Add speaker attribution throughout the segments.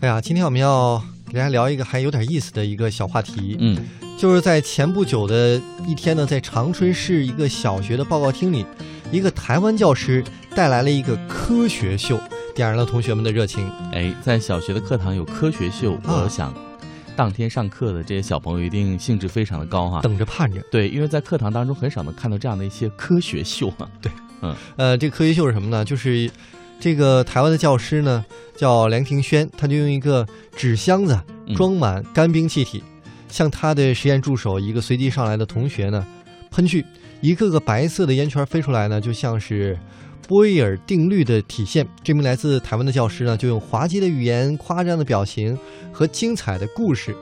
Speaker 1: 哎呀，今天我们要给大家聊一个还有点意思的一个小话题，
Speaker 2: 嗯
Speaker 1: 就是在前不久的一天呢，在长春市一个小学的报告厅里，一个台湾教师带来了一个科学秀，点燃了同学们的热情。，
Speaker 2: 哎，在小学的课堂有科学秀，
Speaker 1: 啊
Speaker 2: 我想，当天上课的这些小朋友一定兴致非常的高哈。啊
Speaker 1: 等着盼着，
Speaker 2: 对，因为在课堂当中很少能看到这样的一些科学秀啊嘛。
Speaker 1: 呃，这个科学秀是什么呢？就是这个台湾的教师呢叫梁庭轩，他就用一个纸箱子啊
Speaker 2: 嗯
Speaker 1: 装满干冰气体，向他的实验助手一个随机上来的同学呢喷去，一个个白色的烟圈飞出来呢，就像是。波义尔定律的体现，这名来自台湾的教师呢，就用滑稽的语言、夸张的表情和精彩的故事，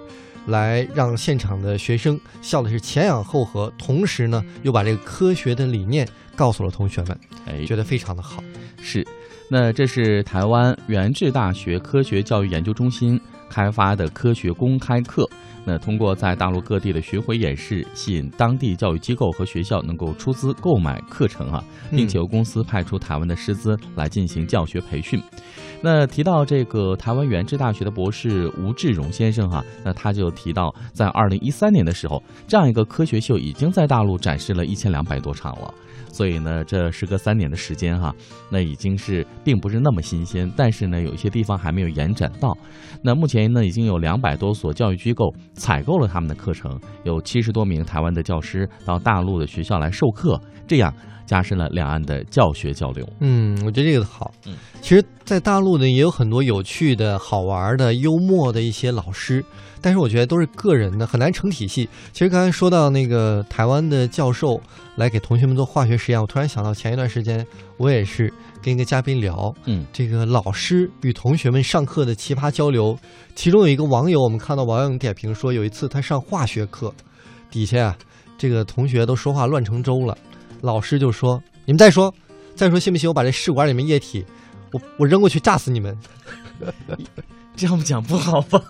Speaker 1: 来让现场的学生笑的是前仰后合，同时呢，又把这个科学的理念告诉了同学们。
Speaker 2: 哎，
Speaker 1: 觉得非常的好。
Speaker 2: 是，那这是台湾元智大学科学教育研究中心开发的科学公开课。那通过在大陆各地的巡回演示，吸引当地教育机构和学校能够出资购买课程啊，
Speaker 1: 嗯
Speaker 2: 并且由公司派出台湾的师资来进行教学培训。那提到这个台湾元智大学的博士吴志荣先生哈、那他就提到，在二零一三年的时候，这样一个科学秀已经在大陆展示了一千两百多场了。所以呢，这时隔三年的时间哈、那已经是并不是那么新鲜，但是呢，有一些地方还没有延展到。那目前呢，已经有两百多所教育机构采购了他们的课程，有七十多名台湾的教师到大陆的学校来授课，这样加深了两岸的教学交流。
Speaker 1: 嗯，我觉得这个好。
Speaker 2: 嗯，
Speaker 1: 其实，在大陆呢也有很多有趣的、好玩的、幽默的一些老师，但是我觉得都是个人的，很难成体系。其实刚才说到那个台湾的教授来给同学们做化学实验，我突然想到前一段时间我也是跟一个嘉宾聊，
Speaker 2: 嗯，
Speaker 1: 这个老师与同学们上课的奇葩交流，其中有一个网友，我们看到网友点评说，有一次他上化学课，底下啊，这个同学都说话乱成粥了，老师就说：“你们再说，再说信不信我把这试管里面液体，我我扔过去炸死你们。
Speaker 2: 这样讲不好 吧？”。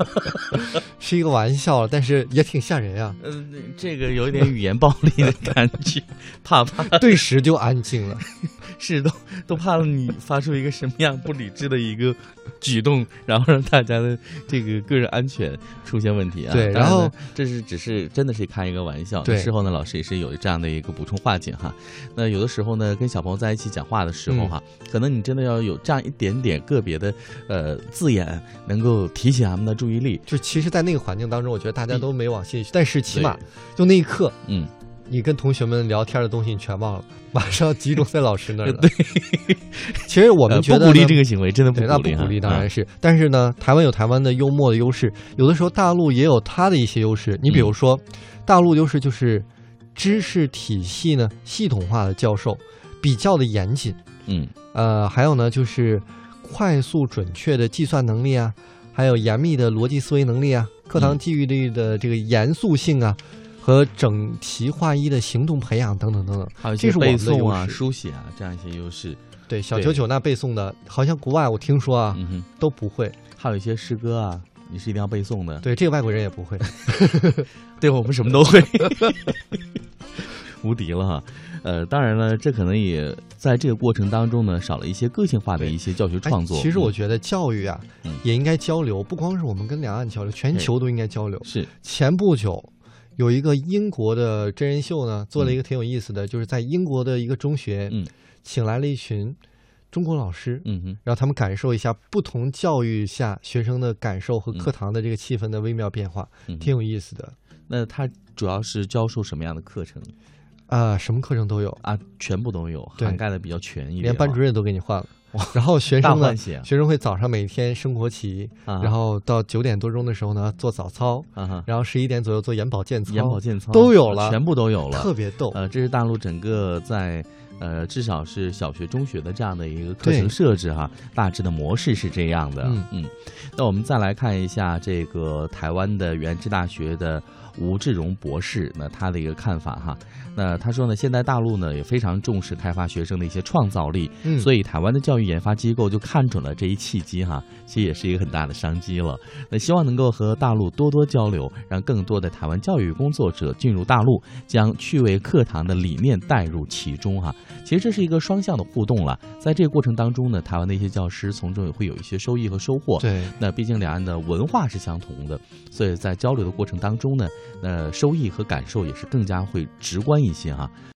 Speaker 1: 是一个玩笑，但是也挺吓人啊
Speaker 2: 嗯，这个有一点语言暴力的感觉，怕怕
Speaker 1: 顿时就安静了。
Speaker 2: 是都都怕你发出一个什么样不理智的一个举动，然后让大家的这个个人安全出现问题啊。
Speaker 1: 对
Speaker 2: 当
Speaker 1: 然后
Speaker 2: 呢这是只是真的是开一个玩笑。
Speaker 1: 对
Speaker 2: 事后呢，老师也是有这样的一个补充化解哈。那有的时候呢，跟小朋友在一起讲话的时候哈，可能你真的要有这样一点点个别的呃字眼，能够提起他们的注意力。
Speaker 1: 就其实，在那个环境当中，我觉得大家都没往心里去，但是起
Speaker 2: 对
Speaker 1: 码就那一刻，
Speaker 2: 嗯，
Speaker 1: 你跟同学们聊天的东西你全忘了，马上集中在老师那儿了。对，其实我
Speaker 2: 呃
Speaker 1: 们觉
Speaker 2: 不
Speaker 1: 得呢、
Speaker 2: 鼓励这个行为，真的不
Speaker 1: 对，那
Speaker 2: 鼓
Speaker 1: 不
Speaker 2: 励哈。
Speaker 1: 鼓励当
Speaker 2: 嗯
Speaker 1: 然是，但是呢，台湾有台湾的幽默的优势，有的时候大陆也有它的一些优势。你比如
Speaker 2: 嗯
Speaker 1: 说，大陆优势就是知识体系呢系统化的教授，比较的严谨，
Speaker 2: 嗯，
Speaker 1: 呃，还有呢就是快速准确的计算能力啊，还有严密的逻辑思维能力啊，课堂
Speaker 2: 嗯
Speaker 1: 纪律的这个严肃性啊。和整齐划一的行动培养等等等等，
Speaker 2: 还有一
Speaker 1: 这
Speaker 2: 些
Speaker 1: 是我
Speaker 2: 背
Speaker 1: 们的优
Speaker 2: 诵啊、
Speaker 1: 势
Speaker 2: 书写啊这样一些优势。
Speaker 1: 对小
Speaker 2: 对
Speaker 1: 九九那背诵的，好像国外我听说啊、
Speaker 2: 嗯哼。
Speaker 1: 都不会，
Speaker 2: 还有一些诗歌啊，你是一定要背诵的。
Speaker 1: 对这个外国人也不会。
Speaker 2: 对，我们什么都会， 无敌了哈。呃，当然了，这可能也在这个过程当中呢，少了一些个性化的一些教学
Speaker 1: 哎
Speaker 2: 创作。
Speaker 1: 其实我
Speaker 2: 嗯
Speaker 1: 觉得教育啊，
Speaker 2: 嗯
Speaker 1: 也应该交流，不光是我们跟两岸交流，全
Speaker 2: 对
Speaker 1: 球都应该交流。
Speaker 2: 嗯是
Speaker 1: 前不久，有一个英国的真人秀呢，做了一个挺有意思的，就是在英国的一个中学，
Speaker 2: 嗯
Speaker 1: 请来了一群中国老师，
Speaker 2: 嗯哼
Speaker 1: 让他们感受一下不同教育下学生的感受和课堂的这个气氛的微妙变化，
Speaker 2: 嗯
Speaker 1: 挺
Speaker 2: 哼。
Speaker 1: 有意思的。
Speaker 2: 那他主要是教授什么样的课程
Speaker 1: 啊、什么课程都有，
Speaker 2: 啊？全部都有，
Speaker 1: 对
Speaker 2: 涵盖的比较全一点啊。
Speaker 1: 连班主任都给你换了。然后学
Speaker 2: 大
Speaker 1: 生呢
Speaker 2: 换，血啊
Speaker 1: 学生会早上每天升国旗，
Speaker 2: 啊，
Speaker 1: 然后到九点多钟的时候呢做早操，
Speaker 2: 啊哈，
Speaker 1: 然后十一点左右做眼保健操，
Speaker 2: 眼保健操
Speaker 1: 都有了
Speaker 2: 全部都有了，
Speaker 1: 特别逗。
Speaker 2: 呃，这是大陆整个在呃至少是小学、中学的这样的一个课
Speaker 1: 对
Speaker 2: 程设置哈，大致的模式是这样的。
Speaker 1: 嗯
Speaker 2: 那我们再来看一下这个台湾的原治大学的吴志荣博士，那他的一个看法哈。那他说呢，现在大陆呢也非常重视开发学生的一些创造力，
Speaker 1: 嗯，
Speaker 2: 所
Speaker 1: 以
Speaker 2: 以台湾的教育研发机构就看准了这一契机哈，其实也是一个很大的商机了。那希望能够和大陆多多交流，让更多的台湾教育工作者进入大陆，将趣味课堂的理念带入其中哈，其实这是一个双向的互动了。在这个过程当中呢，台湾的一些教师从中也会有一些收益和收获。
Speaker 1: 对，
Speaker 2: 那毕竟两岸的文化是相同的，所呃以在交流的过程当中呢，那收益和感受也是更加会直观一些啊。